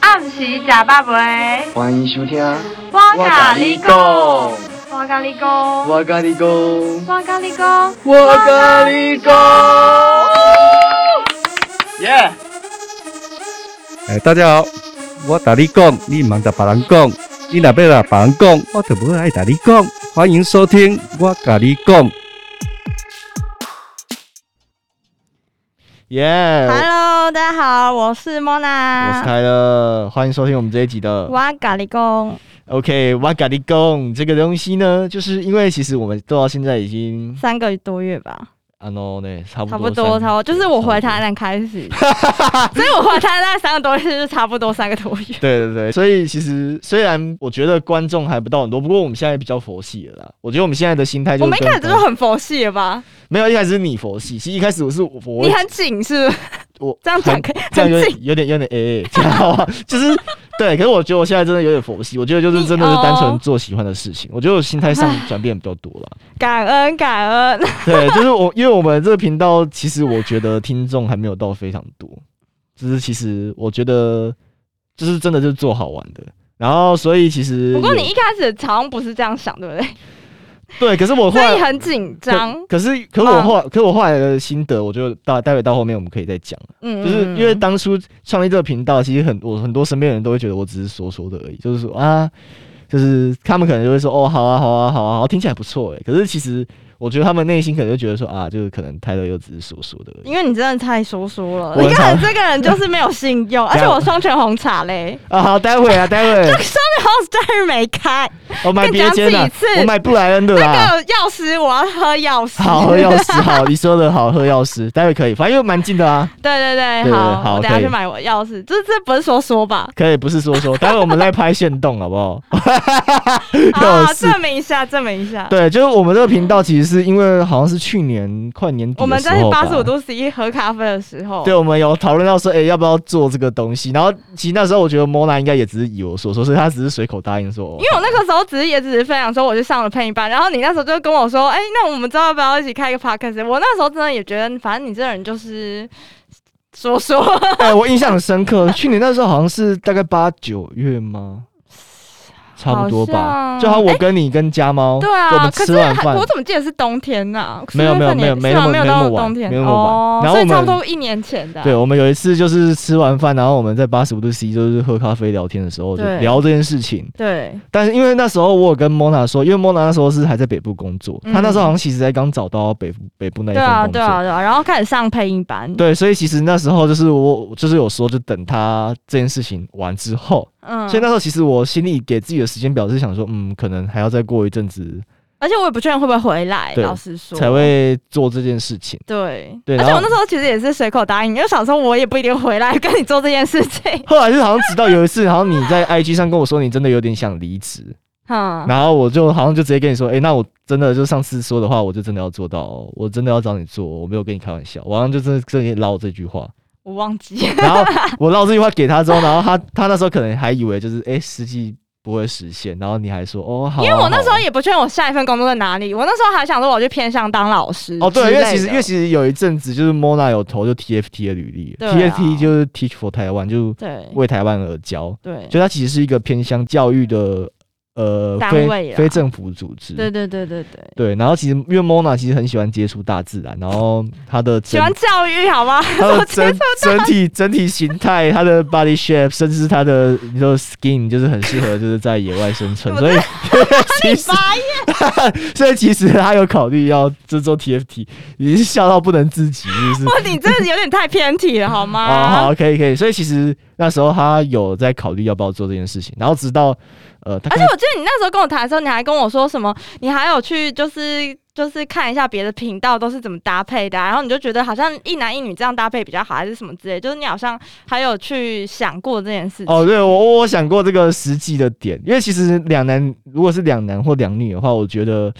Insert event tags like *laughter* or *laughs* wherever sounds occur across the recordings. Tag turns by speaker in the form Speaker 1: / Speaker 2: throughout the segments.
Speaker 1: 暗时食饱未？
Speaker 2: 欢迎收听，
Speaker 1: 我甲你讲，我甲你讲，
Speaker 2: 我跟你讲，
Speaker 1: 我甲你讲，
Speaker 2: 我跟你讲，耶！
Speaker 3: 哎、大家好，我打你讲，你忙着别人讲，你若要啦别人讲，我就不爱打你讲。欢迎收听我甲你讲。
Speaker 2: 耶！
Speaker 1: Hello，大家好，我是莫
Speaker 2: 我是
Speaker 1: 娜，
Speaker 2: 泰勒，欢迎收听我们这一集的
Speaker 1: 我甲你讲
Speaker 2: OK 哇咖喱贡这个东西呢，就是因为其实我们做到现在已经
Speaker 1: 三个多月吧，
Speaker 2: 啊 no 呢，差不
Speaker 1: 差
Speaker 2: 多
Speaker 1: 不多，
Speaker 2: 三
Speaker 1: 差不多，就是我回台
Speaker 2: 差
Speaker 1: 南
Speaker 2: *laughs*
Speaker 1: 开始，所以我回台南三个多月就是差不多三个多月。
Speaker 2: 对对对，所以其实虽然我觉得观众还不到很多，不过我们现在比较佛系了啦。我觉得我们现在的心态就是
Speaker 1: 我们一
Speaker 2: 跟
Speaker 1: 开始就很佛系了吧？
Speaker 2: 没有一开始是你佛系，其实一开始我是我我
Speaker 1: 你很紧是不是？
Speaker 2: 我
Speaker 1: 这样讲
Speaker 2: *laughs*
Speaker 1: 可以
Speaker 2: 这样有
Speaker 1: 很
Speaker 2: 点有点有点 A A，这样好吧？就是对，可是我觉得我现在真的有点佛系，我觉得就是真的是单
Speaker 1: 哦
Speaker 2: 纯做喜欢的事情，我觉得我心态上转变比较多了。
Speaker 1: 感恩感恩，
Speaker 2: *laughs* 对，就是我，因为我们这个频道，其实我觉得听众还没有到非常多，就是其实我觉得就是真的就是做好玩的。然后，所以其实
Speaker 1: 不过
Speaker 2: 也
Speaker 1: 你一开始好像不是这样想，对不对？
Speaker 2: 对，可是我后
Speaker 1: 所以
Speaker 2: 来
Speaker 1: 很嗯紧
Speaker 2: 可
Speaker 1: 张。
Speaker 2: 可是可我后来可我后来的心得，我就到待会到后面我们可以再讲。
Speaker 1: 嗯，
Speaker 2: 就是
Speaker 1: 嗯
Speaker 2: 因为当初创立这个频道，其实很我很多身边人都会觉得我只是说说的而已，就是说啊，就是他们可能就会说哦，好啊，好啊，好啊，好，听起来不错诶。可是其实我觉得他们内心可能就觉得说啊，就是可能泰勒又只是说说的而已
Speaker 1: 因为你真的太说说了，
Speaker 2: 我
Speaker 1: 你看
Speaker 2: 很常
Speaker 1: 你这个人就是没有信
Speaker 2: *laughs*
Speaker 1: 用，而且我双拳红茶嘞，
Speaker 2: 啊。好，待会啊，待
Speaker 1: *laughs*
Speaker 2: 会
Speaker 1: 然后假日没开，
Speaker 2: 我买别间
Speaker 1: 跟
Speaker 2: 的
Speaker 1: 你讲几，次
Speaker 2: 我买布莱恩的
Speaker 1: 那
Speaker 2: 啦。
Speaker 1: 个药师我要喝药师，
Speaker 2: 啊好
Speaker 1: *laughs*
Speaker 2: 喝药师，好，你说的好喝药师，待会可以，反正又蛮近的啊，
Speaker 1: 对对对，
Speaker 2: 对
Speaker 1: 好，
Speaker 2: 好
Speaker 1: 我等下
Speaker 2: 可以
Speaker 1: 去买我钥匙，这这不是说说
Speaker 2: *laughs*
Speaker 1: 吧？
Speaker 2: 可以，不是说
Speaker 1: *laughs*
Speaker 2: 说，待会我们再拍线动好不好？
Speaker 1: 啊，
Speaker 2: 有事
Speaker 1: 证明一下，证明一下，
Speaker 2: 哦对，就是我们这个频道其实是因为好像是去年快年底的
Speaker 1: 我们在
Speaker 2: 时候吧
Speaker 1: 八十五度 C 喝咖啡的时候，
Speaker 2: 对，我们有讨论到说，哎、要不要做这个东西？然后其实那时候我觉得莫娜应该也只是以我所说，所以她只是随口答应说。哦
Speaker 1: 因为我那个时候只是也只是分享说我去上了配音班，然后你那时候就跟我说，哎、那我们知道要不要一起开一个 podcast？我那时候真的也觉得，反正你这个人就是说说，
Speaker 2: *laughs* 哎、我印象很深刻，去年那时候好像是大概八九月吗？差不多吧，
Speaker 1: 好像哎
Speaker 2: 就好像我跟你跟家猫，
Speaker 1: 对
Speaker 2: 哦我
Speaker 1: 啊。
Speaker 2: 们
Speaker 1: 可
Speaker 2: 吃
Speaker 1: 是
Speaker 2: 完
Speaker 1: 还
Speaker 2: 饭
Speaker 1: 我。怎么记得是冬天呐、
Speaker 2: *laughs* 没有
Speaker 1: 四月份
Speaker 2: 没有
Speaker 1: 也
Speaker 2: 没
Speaker 1: 是
Speaker 2: 有没那
Speaker 1: 吗
Speaker 2: 么
Speaker 1: 没有
Speaker 2: 没那么
Speaker 1: 到
Speaker 2: 晚
Speaker 1: 冬天
Speaker 2: 没那么晚
Speaker 1: 哦，
Speaker 2: 然后
Speaker 1: 所
Speaker 2: 我
Speaker 1: 以
Speaker 2: 们
Speaker 1: 差不多一年前的啊、
Speaker 2: 对，哦我们有一次就是吃完饭，然后我们在八十五度 C 就是喝咖啡聊天的时候，就
Speaker 1: 对
Speaker 2: 聊这件事情。
Speaker 1: 对
Speaker 2: 但是因为那时候我有跟莫娜说，因为莫娜那时候是还在北部工作，她、那时候好像其实才刚找到北部北部那
Speaker 1: 嗯
Speaker 2: 一
Speaker 1: 对
Speaker 2: 份
Speaker 1: 啊
Speaker 2: 工作。
Speaker 1: 对啊对啊，然后开始上配音班，
Speaker 2: 对，所以其实那时候就是我就是有说，就等他这件事情完之后，
Speaker 1: 嗯
Speaker 2: 所以那时候其实我心里给自己的时间表是想说，嗯，可能还要再过一阵子
Speaker 1: 而且我也不确定会不会回来，
Speaker 2: 对
Speaker 1: 老实说
Speaker 2: 才会做这件事情。
Speaker 1: 对。
Speaker 2: 对
Speaker 1: 而且
Speaker 2: 然
Speaker 1: 我
Speaker 2: 后
Speaker 1: 那时候其实也是随口答应，因为想说我也不一定回来跟你做这件事情。
Speaker 2: 后来就好像直到有一次，好像你
Speaker 1: *laughs*
Speaker 2: 在 IG 上跟我说你真的有点想离职，
Speaker 1: 嗯，
Speaker 2: 然后我就好像就直接跟你说，哎、那我真的就上次说的话，我就真的要做到哦，我真的要找你做，我没有跟你开玩笑，我好像就真的真的唠这句话。
Speaker 1: 我忘记。
Speaker 2: 然后我唠这句话给他之后，然后他他那时候可能还以为就是哎、诶实际不会实现，然后你还说哦好啊、
Speaker 1: 因为我那时
Speaker 2: 好
Speaker 1: 候
Speaker 2: 啊
Speaker 1: 也不确定我下一份工作在哪里，我那时候还想说我去偏向当老师
Speaker 2: 哦对，因为其
Speaker 1: 之类
Speaker 2: 实
Speaker 1: 的
Speaker 2: 因为其实有一阵子就是 Mona 有投就 TFT 的履历、
Speaker 1: 对啊
Speaker 2: t f t 就是 Teach for Taiwan，就
Speaker 1: 对
Speaker 2: 为台湾而教，
Speaker 1: 对
Speaker 2: 就它其实是一个偏向教育的呃
Speaker 1: 单位
Speaker 2: 非
Speaker 1: 啦
Speaker 2: 非政府组织。
Speaker 1: 对对对对对，
Speaker 2: 对然后其实因为 Mona 其实很喜欢接触大自然，然后她的
Speaker 1: 喜
Speaker 2: 整
Speaker 1: 欢教育好
Speaker 2: *laughs*
Speaker 1: 吗？
Speaker 2: 它的整整体整体形态，它的 body shape，甚至它的你说 skin，就是很适合就是在野外生
Speaker 1: *laughs*
Speaker 2: 存，所以其实
Speaker 1: 发言
Speaker 2: 所以其实他有考虑要这周 TFT，你是笑到不能自己，是
Speaker 1: *laughs*
Speaker 2: 不是？
Speaker 1: 哦你真的有点太偏题了好吗？
Speaker 2: *laughs* 哦，好，可以可以，所以其实那时候他有在考虑要不要做这件事情，然后直到呃，他
Speaker 1: 而
Speaker 2: 看
Speaker 1: 且我记得你那时候跟我谈的时候，你还跟我说什么？你还有去就是就是看一下别的频道都是怎么搭配的啊、然后你就觉得好像一男一女这样搭配比较好，还是什么之类？就是你好像还有去想过这件事情。
Speaker 2: 哦，对我我想过这个实际的点，因为其实两男如果是两男或两女的话，我觉得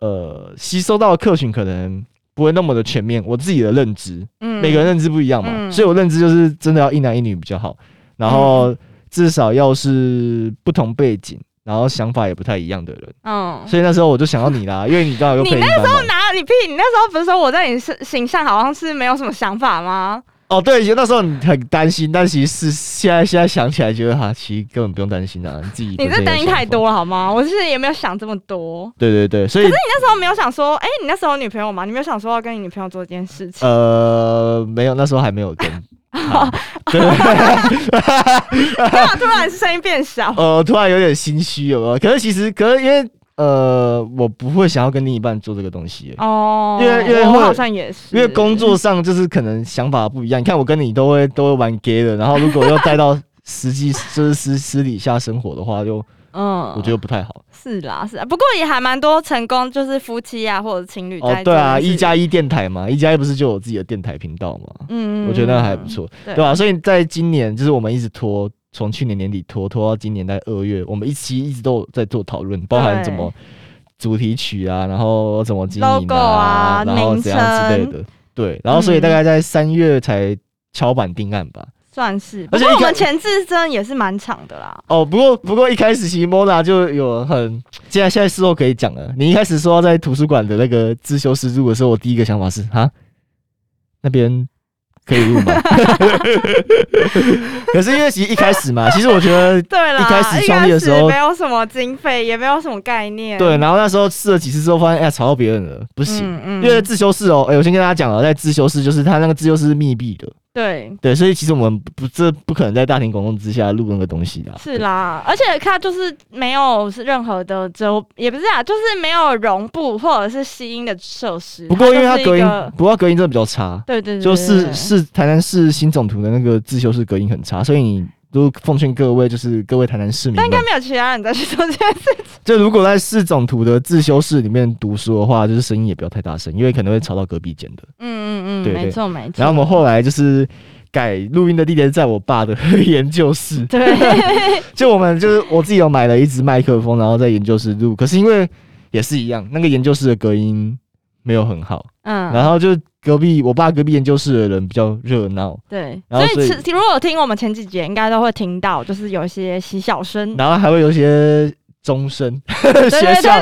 Speaker 2: 呃吸收到的客群可能不会那么的全面，我自己的认知，
Speaker 1: 嗯
Speaker 2: 每个人认知不一样嘛，
Speaker 1: 嗯
Speaker 2: 所以我认知就是真的要一男一女比较好，然后至少要是不同背景，然后想法也不太一样的人，
Speaker 1: 嗯。
Speaker 2: 所以那时候我就想到你啦，因为你刚好又
Speaker 1: 你
Speaker 2: 配音班嘛。
Speaker 1: 哪有你屁！你那时候不是说我在你身形象好像是没有什么想法吗？
Speaker 2: 哦，对，那时候你很担心，但其实是现在现在想起来，觉得哈，其实根本不用担心啊，你自己
Speaker 1: 你
Speaker 2: 本身
Speaker 1: 这
Speaker 2: 有
Speaker 1: 担心
Speaker 2: 想
Speaker 1: 太
Speaker 2: 法。
Speaker 1: 多了好吗？我是也没有想这么多。
Speaker 2: 对对对，所以
Speaker 1: 那时候没有想说，哎、你那时候有女朋友吗？你没有想说要跟你女朋友做这件事
Speaker 2: *laughs*
Speaker 1: 情？ *laughs*
Speaker 2: 呃，没有，那时候还没有跟他。 *laughs* 对，
Speaker 1: 干嘛突然声音变小？
Speaker 2: 呃，突然有点心虚，有没有？可是其实，可是因为呃，我不会想要跟另一半做这个东西，
Speaker 1: 哦，
Speaker 2: 因为因为
Speaker 1: 我
Speaker 2: 会
Speaker 1: 好像也是，
Speaker 2: 因为工作上就是可能想法不一样。你看我跟你都会都会玩 gay 的，然后如果要带到实际就是私私底下生活的话，就
Speaker 1: 嗯，
Speaker 2: 我觉得不太好。
Speaker 1: 是啦，是啦，啊不过也还蛮多成功，就是夫妻啊或者情侣
Speaker 2: 哦
Speaker 1: 在，
Speaker 2: 对
Speaker 1: 做这
Speaker 2: 啊，
Speaker 1: 件事
Speaker 2: 一加一电台嘛，一加一不是就有自己的电台频道嘛？
Speaker 1: 嗯
Speaker 2: 我觉得那还不，错，
Speaker 1: 对
Speaker 2: 对吧、所以在今年，就是我们一直拖，从去年年底拖拖到今年在二月，我们一期一直都有在做讨论，包含怎么主题曲啊，然后怎么经营
Speaker 1: Logo 啊
Speaker 2: 然后怎样之类的，对。然后所以大概在三月才敲板定案吧。
Speaker 1: 算是。不
Speaker 2: 而且
Speaker 1: 过
Speaker 2: 一
Speaker 1: 我
Speaker 2: 开
Speaker 1: 们前置真的也是蛮长的啦，
Speaker 2: 哦，不过不过一开始其实 Mona 就有很，现在现在事后可以讲了。你一开始说要在图书馆的那个自修室录的时候，我第一个想法是啊，那边可以录吗？ *laughs* 可是因为其实一开
Speaker 1: *laughs*
Speaker 2: 始嘛，其实我觉得
Speaker 1: 对啦，
Speaker 2: 一开始创立的时候
Speaker 1: 一开始没有什么经费，也没有什么概念，
Speaker 2: 对，然后那时候试了几次之后，发现哎呀吵到别人了，不行。
Speaker 1: 嗯嗯
Speaker 2: 因为自修室哦，哎、我先跟大家讲了，在自修室就是它那个自修室是密闭的，
Speaker 1: 对。
Speaker 2: 对，所以其实我们不这不可能在大庭广众之下录那个东西的啊。
Speaker 1: 是啦，而且它就是没有是任何的遮，也不是啊，就是没有绒布或者是吸音的设施。
Speaker 2: 不过因为它
Speaker 1: 它就
Speaker 2: 隔
Speaker 1: 是一
Speaker 2: 音
Speaker 1: 个，
Speaker 2: 不过它隔音真的比较差，
Speaker 1: 对对对，
Speaker 2: 就
Speaker 1: 对
Speaker 2: 是
Speaker 1: 对
Speaker 2: 是台南市新总图的那个自修室隔音很差，所以你都奉劝各位，就是各位台南市民
Speaker 1: 但
Speaker 2: 们
Speaker 1: 应，该没有其他人再去做这件事。
Speaker 2: 就如果在市总图的自修室里面读书的话，就是声音也不要太大声，因为可能会吵到隔壁间的。
Speaker 1: 嗯嗯嗯，
Speaker 2: 对对
Speaker 1: 没错没错。
Speaker 2: 然后我们后来就是改录音的地点是在我爸的 *laughs* 研究室，
Speaker 1: *laughs* 对，
Speaker 2: 就我们就是我自己有买了一支麦克风，然后在研究室录，可是因为也是一样，那个研究室的隔音没有很好，
Speaker 1: 嗯，
Speaker 2: *laughs* 然后就隔壁我爸隔壁研究室的人比较热闹，
Speaker 1: 对，
Speaker 2: 然后
Speaker 1: 所以
Speaker 2: 所以
Speaker 1: 其如果有听我们前几节，应该都会听到，就是有一些嬉笑声
Speaker 2: 然后还会有一些钟声，
Speaker 1: *laughs*
Speaker 2: 学校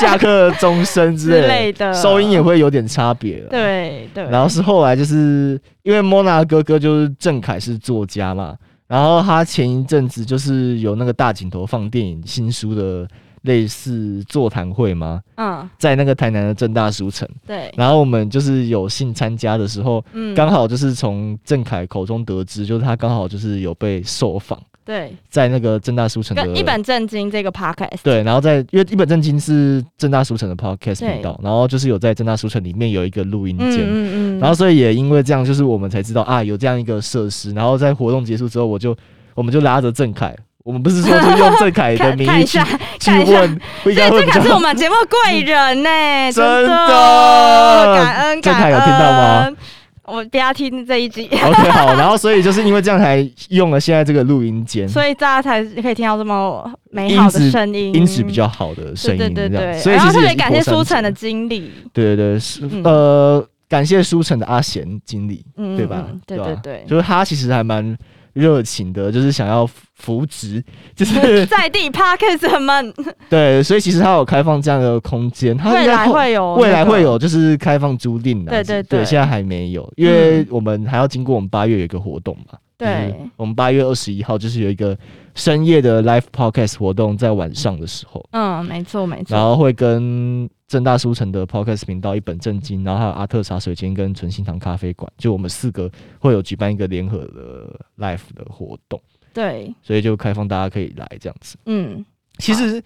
Speaker 2: 下课的钟声之
Speaker 1: 之类
Speaker 2: 类
Speaker 1: 的，
Speaker 2: 的，收音也会有点差别了。
Speaker 1: 对对，
Speaker 2: 然后是后来就是因为莫娜哥哥就是郑恺是作家嘛，然后他前一阵子就是有那个大镜头放电影新书的类似座谈会嘛，
Speaker 1: 嗯
Speaker 2: 在那个台南的正大书城，
Speaker 1: 对，
Speaker 2: 然后我们就是有幸参加的时候，
Speaker 1: 嗯
Speaker 2: 刚好就是从郑恺口中得知，就是他刚好就是有被受访
Speaker 1: 对，
Speaker 2: 在那个正大书城的
Speaker 1: 跟一本正经这个 podcast，
Speaker 2: 对，然后在因为一本正经是正大书城的 podcast
Speaker 1: 对
Speaker 2: 频道，然后就是有在正大书城里面有一个录音间，
Speaker 1: 嗯嗯嗯，
Speaker 2: 然后所以也因为这样，就是我们才知道啊有这样一个设施。然后在活动结束之后，我就我们就拉着郑恺，我们不是说就用郑恿的
Speaker 1: *laughs* 看
Speaker 2: 名
Speaker 1: 看
Speaker 2: 义
Speaker 1: 一
Speaker 2: 去
Speaker 1: 下，
Speaker 2: 去
Speaker 1: 看一下
Speaker 2: 问，应
Speaker 1: 所以
Speaker 2: 该会
Speaker 1: 这
Speaker 2: 比
Speaker 1: 个是我
Speaker 2: 较。
Speaker 1: 们节目贵人呢，
Speaker 2: *laughs* 真的
Speaker 1: 的，感恩
Speaker 2: 郑
Speaker 1: 感
Speaker 2: 恺
Speaker 1: 恩，
Speaker 2: 有听到吗？嗯
Speaker 1: 我不要听这一集， *laughs*
Speaker 2: OK，好，然后所以就是因为这样才用了现在这个录音间，
Speaker 1: 所以大家才可以听到这么美好的声音，
Speaker 2: 音质比较好的声音，
Speaker 1: 对对对
Speaker 2: 这样
Speaker 1: 对，
Speaker 2: 所以
Speaker 1: 然
Speaker 2: 其
Speaker 1: 后
Speaker 2: 实
Speaker 1: 特别
Speaker 2: 也是一
Speaker 1: 感
Speaker 2: 波
Speaker 1: 谢
Speaker 2: 三
Speaker 1: 书
Speaker 2: 折
Speaker 1: 城的经理，
Speaker 2: 对对对，是
Speaker 1: 嗯
Speaker 2: 呃，感谢书城的阿贤经理，
Speaker 1: 嗯，
Speaker 2: 对吧
Speaker 1: 嗯？对
Speaker 2: 吧
Speaker 1: 对对，
Speaker 2: 就是他其实还蛮热情的，就是想要扶植， *laughs* 就
Speaker 1: *laughs*
Speaker 2: 是
Speaker 1: 在地 podcast 们
Speaker 2: 对，所以其实他有开放这样的空间， *laughs* 他
Speaker 1: 未
Speaker 2: 应该
Speaker 1: 来
Speaker 2: 后
Speaker 1: 会有
Speaker 2: 未
Speaker 1: 那
Speaker 2: 来
Speaker 1: 个
Speaker 2: 会有就是开放租赁的，啊
Speaker 1: 对对对
Speaker 2: 现在还没有，因为我们还要经过我们八月有一个活动嘛，
Speaker 1: 对
Speaker 2: 就是我们八月二十一号就是有一个深夜的 live podcast 活动，在晚上的时候。
Speaker 1: 嗯，没错没错，
Speaker 2: 然后会跟正大书城的 podcast 频道一本正经，然后还有阿特茶水间跟纯心堂咖啡馆，就我们四个会有举办一个联合的 l i f e 的活动，
Speaker 1: 对，
Speaker 2: 所以就开放大家可以来这样子。
Speaker 1: 嗯，
Speaker 2: 其实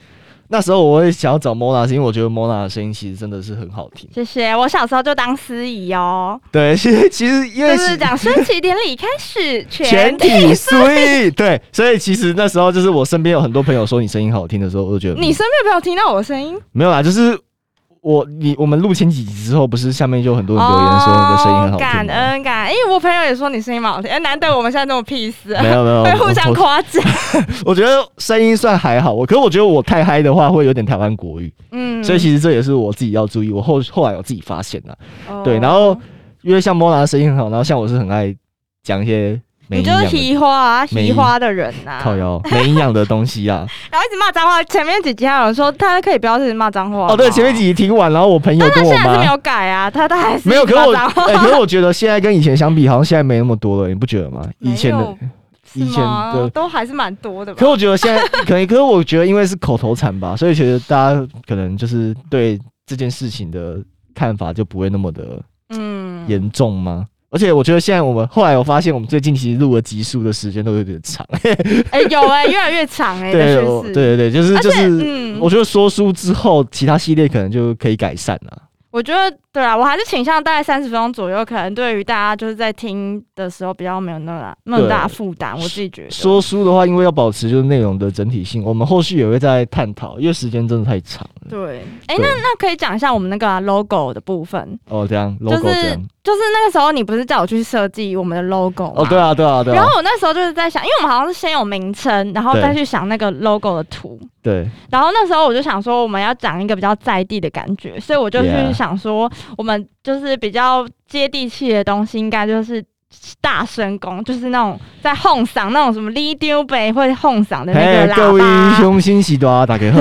Speaker 2: 那时候我会想要找 Mona，是因为我觉得 Mona 的声音其实真的是很好听。
Speaker 1: 谢谢。我小时候就当司仪哦，
Speaker 2: 对， *laughs* 其实其实因为
Speaker 1: 就
Speaker 2: 其
Speaker 1: 是
Speaker 2: *laughs*
Speaker 1: 讲升旗典礼开始，
Speaker 2: 全
Speaker 1: 全
Speaker 2: 体 sweet，对，所以其实那时候就是我身边有很多朋友说你声音好听的时候，我就觉得
Speaker 1: *laughs*
Speaker 2: 嗯
Speaker 1: 你身边有没有听到我的声音？
Speaker 2: 没有啦，就是我你我们录前几集之后，不是下面就有很多人留言说你的声音很好
Speaker 1: 哦感
Speaker 2: 听吗。
Speaker 1: 恩感恩，因为我朋友也说你声音蛮好听，哎，难得我们现在这么 peace，啊
Speaker 2: 没
Speaker 1: *laughs*
Speaker 2: 有没有，
Speaker 1: 会互相
Speaker 2: 我
Speaker 1: 夸奖，
Speaker 2: 我觉得声音算还好，我可是我觉得我太嗨的话会有点台湾国语，
Speaker 1: 嗯，
Speaker 2: 所以其实这也是我自己要注意。我后后来有自己发现啦，啊
Speaker 1: 哦
Speaker 2: 对，然后因为像莫娜的声音很好，然后像我是很爱讲一些
Speaker 1: 你
Speaker 2: 没营
Speaker 1: 就
Speaker 2: 养
Speaker 1: 是
Speaker 2: 的
Speaker 1: 提花啊，
Speaker 2: 没
Speaker 1: 提花的人啊呐、
Speaker 2: 靠腰没营养的东西
Speaker 1: *laughs*
Speaker 2: 啊。
Speaker 1: 然后一直骂脏话。前面几集还有人说他可以不要一直骂脏话。
Speaker 2: 哦，对，前面几集听完，然后我朋友
Speaker 1: 但他
Speaker 2: 跟我
Speaker 1: 现在还是没
Speaker 2: 妈
Speaker 1: 有改啊，他他还是
Speaker 2: 没有，
Speaker 1: 一直
Speaker 2: 可是
Speaker 1: 骂
Speaker 2: 我
Speaker 1: 脏话
Speaker 2: 哎，可是
Speaker 1: *laughs*
Speaker 2: 我觉得现在跟以前相比，好像现在没那么多了，你不觉得吗？以前
Speaker 1: 没
Speaker 2: 的
Speaker 1: 有，是
Speaker 2: 以前
Speaker 1: 吗
Speaker 2: 的
Speaker 1: 都还是蛮多的吧。
Speaker 2: 可我觉得现在
Speaker 1: *laughs*
Speaker 2: 可能，可是我觉得因为是口头禅吧，所以其实大家可能就是对这件事情的看法就不会那么的
Speaker 1: 嗯，
Speaker 2: 严重吗？而且我觉得现在我们后来我发现，我们最近其实录的集数的时间都有点长。
Speaker 1: 哎、有哎、越来越长
Speaker 2: *laughs*
Speaker 1: 哎、
Speaker 2: 对，
Speaker 1: 的
Speaker 2: 我
Speaker 1: 趋
Speaker 2: 对
Speaker 1: 势。
Speaker 2: 对对，就是
Speaker 1: 而
Speaker 2: 就
Speaker 1: 且
Speaker 2: 是，
Speaker 1: 嗯，
Speaker 2: 我觉得说书之后，其他系列可能就可以改善了。
Speaker 1: 我觉得对啊，我还是倾向大概三十分钟左右，可能对于大家就是在听的时候比较没有那么大那么大负担，我自己觉得。
Speaker 2: 说书的话，因为要保持就是内容的整体性，我们后续也会再探讨，因为时间真的太长了。
Speaker 1: 对，哎、
Speaker 2: 对
Speaker 1: 那那可以讲一下我们那个啊、logo 的部分，
Speaker 2: 哦，这样 logo 这样，
Speaker 1: 就是那个时候你不是叫我去设计我们的 logo 吗？
Speaker 2: 哦，对啊，对啊，对
Speaker 1: 然
Speaker 2: 啊，
Speaker 1: 后我那时候就是在想，因为我们好像是先有名称，然后
Speaker 2: 对
Speaker 1: 再去想那个 logo 的图。
Speaker 2: 对，
Speaker 1: 然后那时候我就想说，我们要讲一个比较在地的感觉，所以我就去
Speaker 2: Yeah
Speaker 1: 想说，我们就是比较接地气的东西，应该就是大声公，就是那种在哄嗓那种什么 l e a d you 北会哄嗓的那个
Speaker 2: 嘿，各
Speaker 1: 喇
Speaker 2: 位
Speaker 1: 叭。啊
Speaker 2: 雄心喜多大家
Speaker 1: *laughs*
Speaker 2: 好，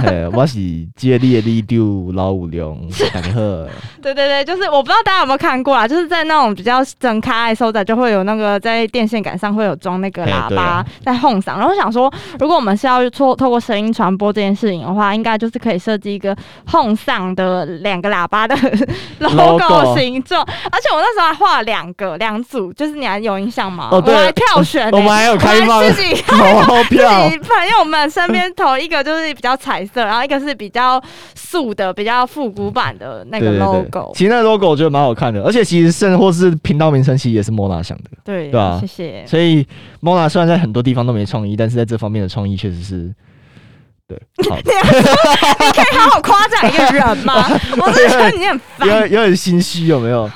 Speaker 2: 嘿，我是接力的力丢老五龙，
Speaker 1: *laughs*
Speaker 2: 大家好，
Speaker 1: 对对对，就是我不知道大家有没有看过啊，就是在那种比较整开的收仔，就会有那个在电线杆上会有装那个
Speaker 2: 嘿
Speaker 1: 喇
Speaker 2: 对
Speaker 1: 叭
Speaker 2: 啊
Speaker 1: 在哄嗓。然后我想说，如果我们是要透透过声音传播这件事情的话，应该就是可以设计一个哄嗓的两个喇叭的 *laughs*
Speaker 2: Logo
Speaker 1: logo 形状。而且我那时候还画了两个两组，就是你还有印象吗？
Speaker 2: 哦对
Speaker 1: 我还票选、欸，
Speaker 2: *laughs* 我们还有开放
Speaker 1: 我还自
Speaker 2: *laughs*
Speaker 1: 己
Speaker 2: 投票
Speaker 1: 自己朋友们身边投一个就是比较彩色，然后一个是比较素的、比较复古版的那个
Speaker 2: 对对对
Speaker 1: logo。
Speaker 2: 其实那个 logo 我觉得蛮好看的，而且其实甚或是频道名称其实也是莫娜想的，
Speaker 1: 对
Speaker 2: 对啊
Speaker 1: 谢谢。
Speaker 2: 所以莫娜虽然在很多地方都没创意，但是在这方面的创意确实是，
Speaker 1: *laughs*
Speaker 2: 对，好，
Speaker 1: 可以哎好好夸奖一个人
Speaker 2: *laughs*
Speaker 1: 吗？我真的觉得你很
Speaker 2: 有
Speaker 1: 烦。
Speaker 2: 点有点心虚有
Speaker 1: *laughs*
Speaker 2: 没有？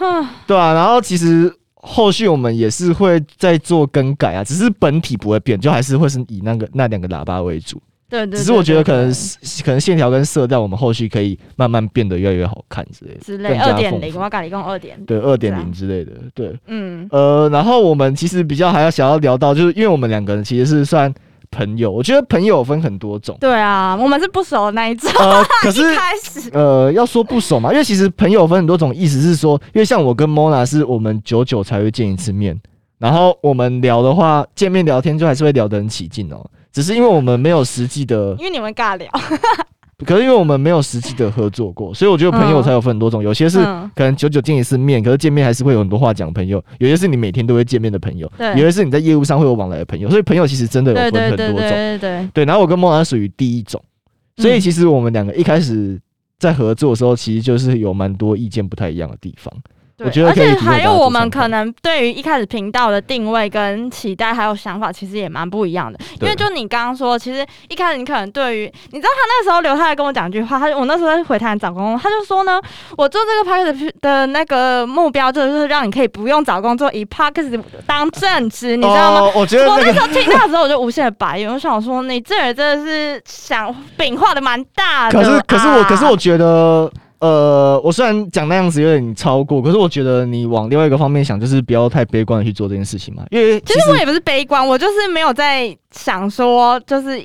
Speaker 2: 对啊，然后其实后续我们也是会再做更改啊，只是本体不会变，就还是会是以那个那两个喇叭为主。
Speaker 1: 对对对
Speaker 2: 只是我觉得可能
Speaker 1: 对
Speaker 2: 是可能线条跟色调，我们后续可以慢慢变得越来越好看之类的，
Speaker 1: 之类
Speaker 2: 更加
Speaker 1: 二点
Speaker 2: 丰
Speaker 1: 零，
Speaker 2: 富
Speaker 1: 我要跟你讲二点。
Speaker 2: 对二点
Speaker 1: 对啊
Speaker 2: 零之类的，对。
Speaker 1: 嗯，
Speaker 2: 呃，然后我们其实比较还要想要聊到，就是因为我们两个人其实是算朋友，我觉得朋友分很多
Speaker 1: *laughs*，
Speaker 2: 种
Speaker 1: 对啊，我们是不熟的那一种。
Speaker 2: 呃，可是
Speaker 1: 一开始，
Speaker 2: 呃，要说不熟嘛，因为其实朋友分很多种，意思是说，因为像我跟 Mona 是我们久久才会见一次面，然后我们聊的话，见面聊天就还是会聊得很起劲哦，只是因为我们没有实际的，
Speaker 1: 因为你们尬聊，
Speaker 2: 可是因为我们没有实际的合作过，所以我觉得朋友才有分很多种，有些是
Speaker 1: 嗯
Speaker 2: 可能久久见一次面，可是见面还是会有很多话讲的朋友，有些是你每天都会见面的朋友，
Speaker 1: 对
Speaker 2: 有些是你在业务上会有往来的朋友，所以朋友其实真的有
Speaker 1: 对
Speaker 2: 分
Speaker 1: 对
Speaker 2: 很多
Speaker 1: 对
Speaker 2: 种。
Speaker 1: 对对对，
Speaker 2: 对，然后我跟梦兰属于第一种，所以
Speaker 1: 嗯
Speaker 2: 其实我们两个一开始在合作的时候，其实就是有蛮多意见不太一样的地方。
Speaker 1: 对
Speaker 2: 我觉得
Speaker 1: 而
Speaker 2: 可以
Speaker 1: 且
Speaker 2: 提供大
Speaker 1: 还
Speaker 2: 家
Speaker 1: 有
Speaker 2: 做
Speaker 1: 我
Speaker 2: 参
Speaker 1: 们
Speaker 2: 考
Speaker 1: 可能对于一开始频道的定位跟期待还有想法，其实也蛮不一样的。因为
Speaker 2: 对
Speaker 1: 就你刚刚说，其实一开始你可能对于，你知道他那时候刘太太跟我讲一句话，他我那时候在回台湾找工作，他就说呢，我做这个 p a c k e t 的那个目标就是让你可以不用找工作，以 p a c k e t 当正职，你知道吗？
Speaker 2: 哦、我觉得
Speaker 1: 我
Speaker 2: 那
Speaker 1: 那
Speaker 2: 个
Speaker 1: 时候听到的时候，我就无限的白眼，我想说你这人真的是想饼画的蛮大的、
Speaker 2: 可
Speaker 1: 啊。
Speaker 2: 是可是我可是我觉得。呃，我虽然讲那样子有点超过，可是我觉得你往另外一个方面想，就是不要太悲观的去做这件事情嘛。因为
Speaker 1: 其实我也不是悲观，我就是没有在想说，就是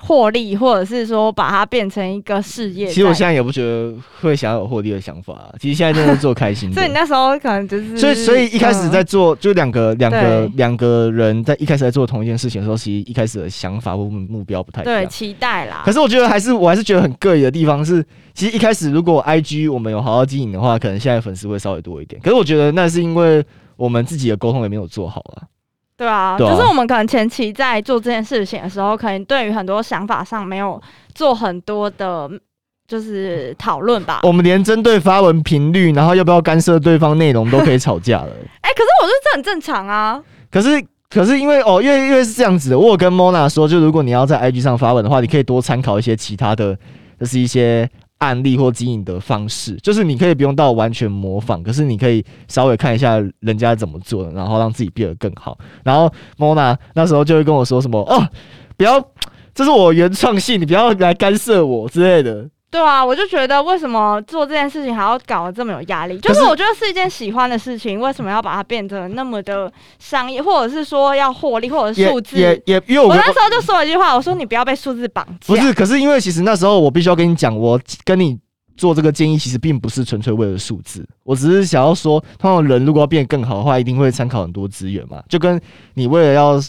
Speaker 1: 获利，或者是说把它变成一个事业在。
Speaker 2: 其实我现在也不觉得会想要有获利的想法啊、其实现在真的是做开心
Speaker 1: *laughs*
Speaker 2: 的。
Speaker 1: 所以你那时候可能就是，
Speaker 2: *laughs*
Speaker 1: 嗯
Speaker 2: 所以，所以一开始在做，就两个两个
Speaker 1: 对
Speaker 2: 两个人在一开始在做同一件事情的时候，其实一开始的想法或目目标不太
Speaker 1: 嗯
Speaker 2: 一
Speaker 1: 对
Speaker 2: 样。
Speaker 1: 期待啦
Speaker 2: 可。是我觉得还是我还是觉得很膈应的地方是，其实一开始如果 I G 我们有好好经营的话，可能现在粉丝会稍微多一点。可是我觉得那是因为我们自己的沟通也没有做好啊。
Speaker 1: 对啊，
Speaker 2: 对啊
Speaker 1: 就是我们可能前期在做这件事情的时候，可能对于很多想法上没有做很多的，就是讨论吧。
Speaker 2: 我们连针对发文频率，然后要不要干涉对方内容都可以吵架了。
Speaker 1: 哎、可是我觉得这很正常啊。
Speaker 2: 可是可是因为哦，因为因为是这样子的，我有跟 Mona 说，就如果你要在 IG 上发文的话，你可以多参考一些其他的，就是一些案例或经营的方式，就是你可以不用到完全模仿，可是你可以稍微看一下人家怎么做的，然后让自己变得更好。然后 Mona 那时候就会跟我说什么哦，不要。这是我原创性，你不要来干涉我之类的。
Speaker 1: 对啊，我就觉得为什么做这件事情还要搞得这么有压力？就
Speaker 2: 可
Speaker 1: 是
Speaker 2: 是
Speaker 1: 我觉得是一件喜欢的事情，为什么要把它变得那么的商业，或者是说要获利，或者是
Speaker 2: 也
Speaker 1: 数字？
Speaker 2: 也也，因为我
Speaker 1: 我
Speaker 2: 跟
Speaker 1: 那时候就说了一句话，我说你不要被数字绑架。
Speaker 2: 不是，可是因为其实那时候我必须要跟你讲，我跟你做这个建议，其实并不是纯粹为了数字，我只是想要说，通常人如果要变得更好的话，一定会参考很多资源嘛。就跟你为了要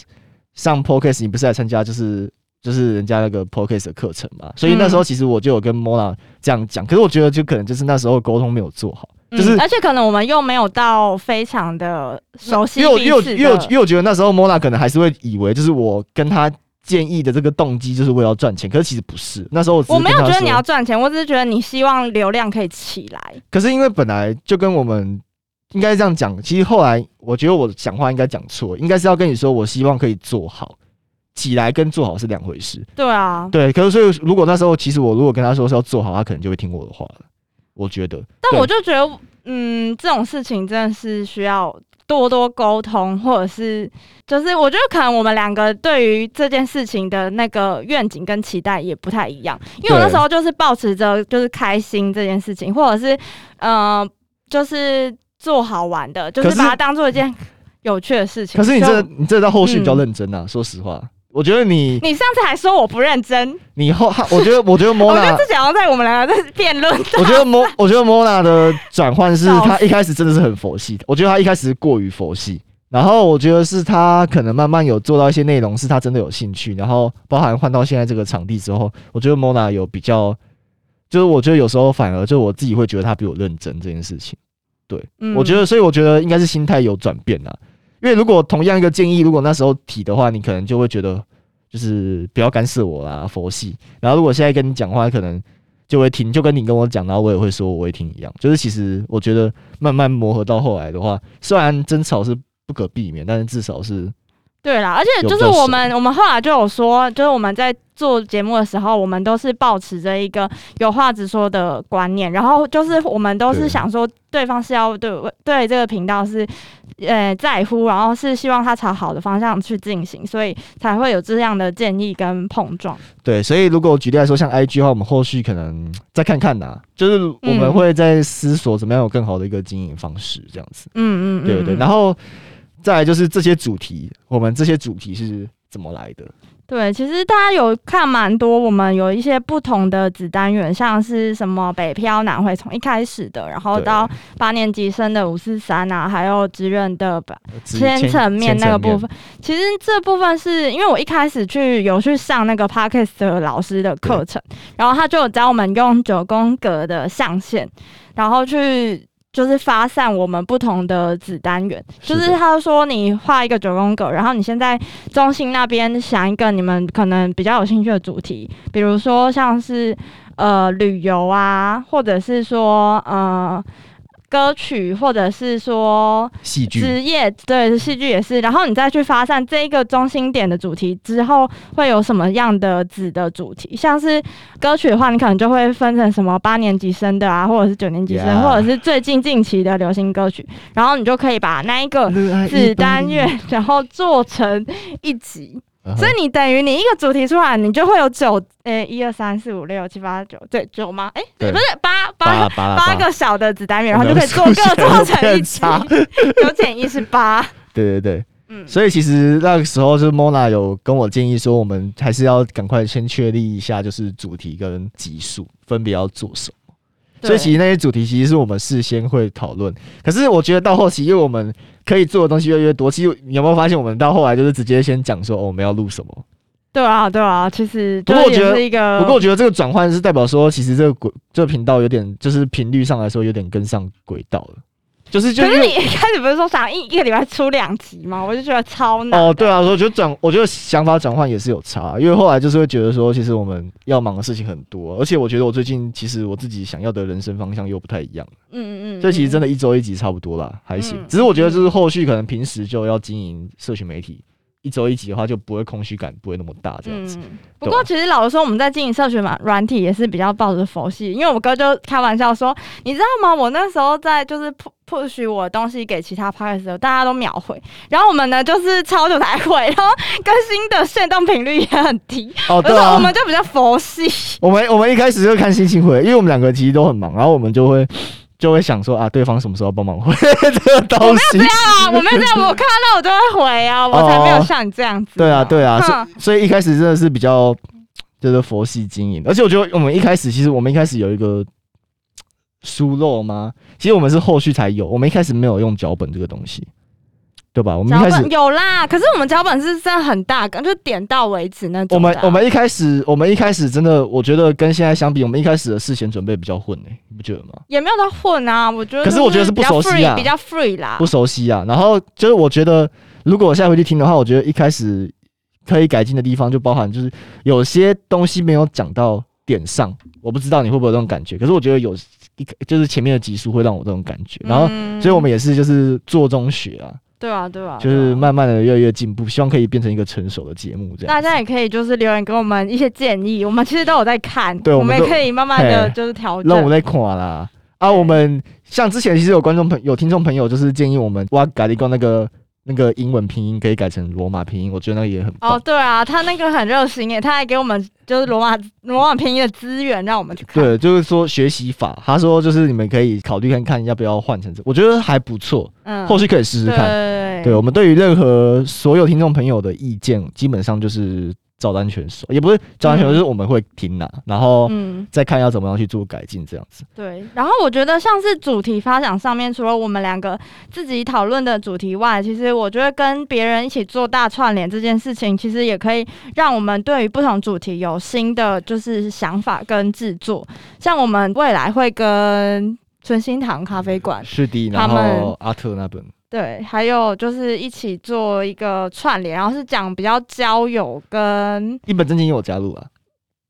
Speaker 2: 上 podcast，你不是来参加就是就是人家那个 podcast 的课程嘛？所以那时候其实我就有跟 Mona 这样讲，可是我觉得就可能就是那时候沟通没有做好，就是
Speaker 1: 嗯而且可能我们又没有到非常的熟悉
Speaker 2: 因为我
Speaker 1: 彼
Speaker 2: 因为我
Speaker 1: 此
Speaker 2: 因为我因
Speaker 1: 的。
Speaker 2: 为我觉得那时候 Mona 可能还是会以为就是我跟他。建议的这个动机就是为了要赚钱，可是其实不是。那时候我只是
Speaker 1: 我没有
Speaker 2: 跟她
Speaker 1: 觉得
Speaker 2: 说
Speaker 1: 你要赚钱，我只是觉得你希望流量可以起来。
Speaker 2: 可是因为本来就跟我们应该这样讲，其实后来我觉得我讲话应该讲错，应该是要跟你说，我希望可以做好。起来跟做好是两回事，
Speaker 1: 对啊，
Speaker 2: 对。可是所以如果那时候其实我如果跟他说是要做好，他可能就会听我的话了。我觉得，
Speaker 1: 但
Speaker 2: 对
Speaker 1: 我就觉得，嗯，这种事情真的是需要多多沟通，或者是就是我觉得可能我们两个对于这件事情的那个愿景跟期待也不太一样，因为我那
Speaker 2: 对
Speaker 1: 时候就是抱持着就是开心这件事情，或者是呃，就是做好玩的，就
Speaker 2: 可
Speaker 1: 是
Speaker 2: 是
Speaker 1: 把它当做一件有趣的事情。
Speaker 2: 可是你
Speaker 1: 就
Speaker 2: 这你这到后续比较
Speaker 1: 嗯
Speaker 2: 认真啊，说实话，我觉得你
Speaker 1: 你上次还说我不认真，
Speaker 2: 你后，我觉得我觉
Speaker 1: *laughs*
Speaker 2: 得
Speaker 1: 我觉得
Speaker 2: Mona，
Speaker 1: 自己好像在我们两个在辩论。
Speaker 2: 我觉得 Mo 我觉得 Mona 的转换是
Speaker 1: 笑死
Speaker 2: 她一开始真的是很佛系的，我觉得她一开始过于佛系，然后我觉得是她可能慢慢有做到一些内容是她真的有兴趣，然后包含换到现在这个场地之后，我觉得 Mona 有比较，就是我觉得有时候反而就我自己会觉得她比我认真这件事情，对、
Speaker 1: 嗯
Speaker 2: 我觉得，所以我觉得应该是心态有转变啦，因为如果同样一个建议，如果那时候提的话，你可能就会觉得就是不要干涉我啦，佛系，然后如果现在跟你讲话，可能。就会听，就跟你跟我讲，然后我也会说我会听一样。就是其实我觉得慢慢磨合到后来的话，虽然争吵是不可避免，但是至少是
Speaker 1: 对啦，而且就是我们，我们后来就有说，就是我们在做节目的时候，我们都是保持着一个有话直说的观念，然后就是我们都是
Speaker 2: 对
Speaker 1: 想说，对方是要对对这个频道是呃在乎，然后是希望他朝好的方向去进行，所以才会有这样的建议跟碰撞。
Speaker 2: 对。所以如果举例来说，像 IG 的话，我们后续可能再看看呐、就是我们
Speaker 1: 嗯
Speaker 2: 会在思索怎么样有更好的一个经营方式，这样子，
Speaker 1: 嗯嗯嗯，
Speaker 2: 对对对。
Speaker 1: 嗯
Speaker 2: 然后再来就是这些主题，我们这些主题是怎么来的？
Speaker 1: 对，其实大家有看蛮多，我们有一些不同的子单元，像是什么北漂南回，从一开始的，然后
Speaker 2: 对
Speaker 1: 到八年级生的五四三啊，还有职任的吧
Speaker 2: 只
Speaker 1: 千层面那个部，
Speaker 2: 千
Speaker 1: 分，其实这部分是因为我一开始去有去上那个 Parkes 的老师的课程，然后他就有教我们用九宫格的象限，然后去。就是发散我们不同的子单元，
Speaker 2: 是
Speaker 1: 就
Speaker 2: 的
Speaker 1: 是他说你画一个九宫格，然后你现在中心那边想一个你们可能比较有兴趣的主题，比如说像是呃旅游啊，或者是说呃歌曲，或者是说
Speaker 2: 戏剧，
Speaker 1: 职业对戏剧也是，然后你再去发散这一个中心点的主题之后，会有什么样的子的主题？像是歌曲的话，你可能就会分成什么八年级生的啊，或者是九年级生
Speaker 2: Yeah
Speaker 1: 或者是最近近期的流行歌曲，然后你就可以把那一个
Speaker 2: 热爱一
Speaker 1: 子
Speaker 2: 百
Speaker 1: 单
Speaker 2: 年
Speaker 1: 元，然后做成一集。
Speaker 2: 嗯哼
Speaker 1: 所以你等于你一个主题出来，你就会有九，诶、一二三四五六七八九，对，九吗？诶、
Speaker 2: 对
Speaker 1: 不是八八
Speaker 2: 八啊八
Speaker 1: 八
Speaker 2: 八
Speaker 1: 个小的子单
Speaker 2: *laughs*
Speaker 1: 元，然
Speaker 2: 我
Speaker 1: 后就
Speaker 2: 们
Speaker 1: 可以做
Speaker 2: 数
Speaker 1: 各
Speaker 2: 学
Speaker 1: 做
Speaker 2: 都
Speaker 1: 成一
Speaker 2: 变
Speaker 1: 集 *laughs*
Speaker 2: 差，
Speaker 1: 九减一是八。
Speaker 2: 对对对，
Speaker 1: 嗯
Speaker 2: 所以其实那个时候，就是 Mona 有跟我建议说，我们还是要赶快先确立一下，就是主题跟集数分别要做什么。 *laughs* 所以其实那些主题其实是我们事先会讨论，可是我觉得到后期，因为我们可以做的东西越来越多，其实你有没有发现，我们到后来就是直接先讲说、哦、我们要录什么？
Speaker 1: 对啊，对啊，其实
Speaker 2: 不
Speaker 1: 就
Speaker 2: 过我
Speaker 1: 也
Speaker 2: 觉得
Speaker 1: 是一个，
Speaker 2: 不过我觉得这个转换是代表说，其实这个轨这个频道有点就是频率上来说有点跟上轨道了，就是就
Speaker 1: 可
Speaker 2: 因为
Speaker 1: 是你一开始不是说想一一个礼拜出两集吗？我就觉得超难。
Speaker 2: 哦，对啊，我觉得转，我觉得想法转换也是有差，因为后来就是会觉得说，其实我们要忙的事情很多，而且我觉得我最近其实我自己想要的人生方向又不太一样，
Speaker 1: 嗯，嗯嗯，
Speaker 2: 所以其实真
Speaker 1: 的
Speaker 2: 的一周一集差不多啦，还行
Speaker 1: 嗯。
Speaker 2: 只是我觉得就是后续可能平时就要经营社群媒体一周一集的话，就不会空虚感不会那么大这样子。啊
Speaker 1: 嗯，不过其实老实说，我们在经营社群嘛，软体也是比较抱着佛系，因为我哥就开玩笑说，你知道吗？我那时候在就是 pu- push 我的东西给其他 p a r t 的时候，大家都秒回，然后我们呢就是超久才回，然后更新的限动频率也很低，所
Speaker 2: 哦，
Speaker 1: 以
Speaker 2: 对
Speaker 1: 说
Speaker 2: 啊
Speaker 1: 我，们就比较佛系。
Speaker 2: 我们我们一开始就看心情回，因为我们两个其实都很忙，然后我们就会就会想说啊，对方什么时候帮忙回 *laughs* 这个东西？
Speaker 1: 啊，我没 *laughs* 有这样，我看到我就会回啊，我才没有像你这样子。
Speaker 2: 对啊，对啊，所
Speaker 1: 哼
Speaker 2: 以所以一开始真的是比较就是佛系经营，而且我觉得我们一开始其实我们一开始有一个疏漏吗？其实我们是后续才有，我们一开始没有用脚本这个东西，对吧？我们一
Speaker 1: 脚
Speaker 2: 开始
Speaker 1: 本有啦，可是我们脚本是真的很大纲，就点到为止那
Speaker 2: 我
Speaker 1: 种的
Speaker 2: 们
Speaker 1: 啊。
Speaker 2: 我们一开始，我们一开始真的，我觉得跟现在相比，我们一开始的事前准备比较混诶、你不觉得吗？
Speaker 1: 也没有到混啊，我觉得。
Speaker 2: 可是我觉得是不熟悉啊
Speaker 1: 比较 free 啦
Speaker 2: 不。熟悉啊。然后就是我觉得，如果我现在回去听的话，我觉得一开始可以改进的地方就包含就是有些东西没有讲到点上，我不知道你会不会有这种感觉。可是我觉得有一就是前面的集数会让我这种感觉，然后。
Speaker 1: 嗯
Speaker 2: 所以，我们也是就是做中学啊，
Speaker 1: 对啊，对啊，
Speaker 2: 就是
Speaker 1: 对啊
Speaker 2: 慢啊慢的越来越进步，希望可以变成一个成熟的节目这样子。
Speaker 1: 大家也可以就是留言给我们一些建议，我们其实都有在看，
Speaker 2: 对
Speaker 1: 我
Speaker 2: 我们
Speaker 1: 也
Speaker 2: 都
Speaker 1: 可以慢慢的
Speaker 2: 嘿
Speaker 1: 就是调
Speaker 2: 让我
Speaker 1: 整。
Speaker 2: 们在看啦。啊，我们像之前其实有观众朋有听众朋友就是建议我们哇改了一个那个那个英文拼音可以改成罗马拼音，我觉得那个也很棒。
Speaker 1: 哦，对啊，他那个很热心耶，他还给我们就是罗马罗马拼音的资源让我们去看。
Speaker 2: 对，就是说学习法，他说就是你们可以考虑看看要不要换成这，我觉得还不错，
Speaker 1: 嗯，
Speaker 2: 后续可以试试
Speaker 1: 对
Speaker 2: 看。
Speaker 1: 对
Speaker 2: 对我们对于任何所有听众朋友的意见，基本上就是照单全收，也不是照单全收，
Speaker 1: 嗯
Speaker 2: 就是我们会听啦，然后
Speaker 1: 嗯。
Speaker 2: 再看要怎么样去做改进这样子。
Speaker 1: 对，然后我觉得像是主题发想上面，除了我们两个自己讨论的主题外，其实我觉得跟别人一起做大串联这件事情，其实也可以让我们对于不同主题有新的就是想法跟制作。像我们未来会跟春心堂咖啡馆，
Speaker 2: 是的，
Speaker 1: 他
Speaker 2: 然
Speaker 1: 们
Speaker 2: 后阿特那本，
Speaker 1: 对，还有就是一起做一个串联，然后是讲比较交友跟。
Speaker 2: 一本正经也有加入啊。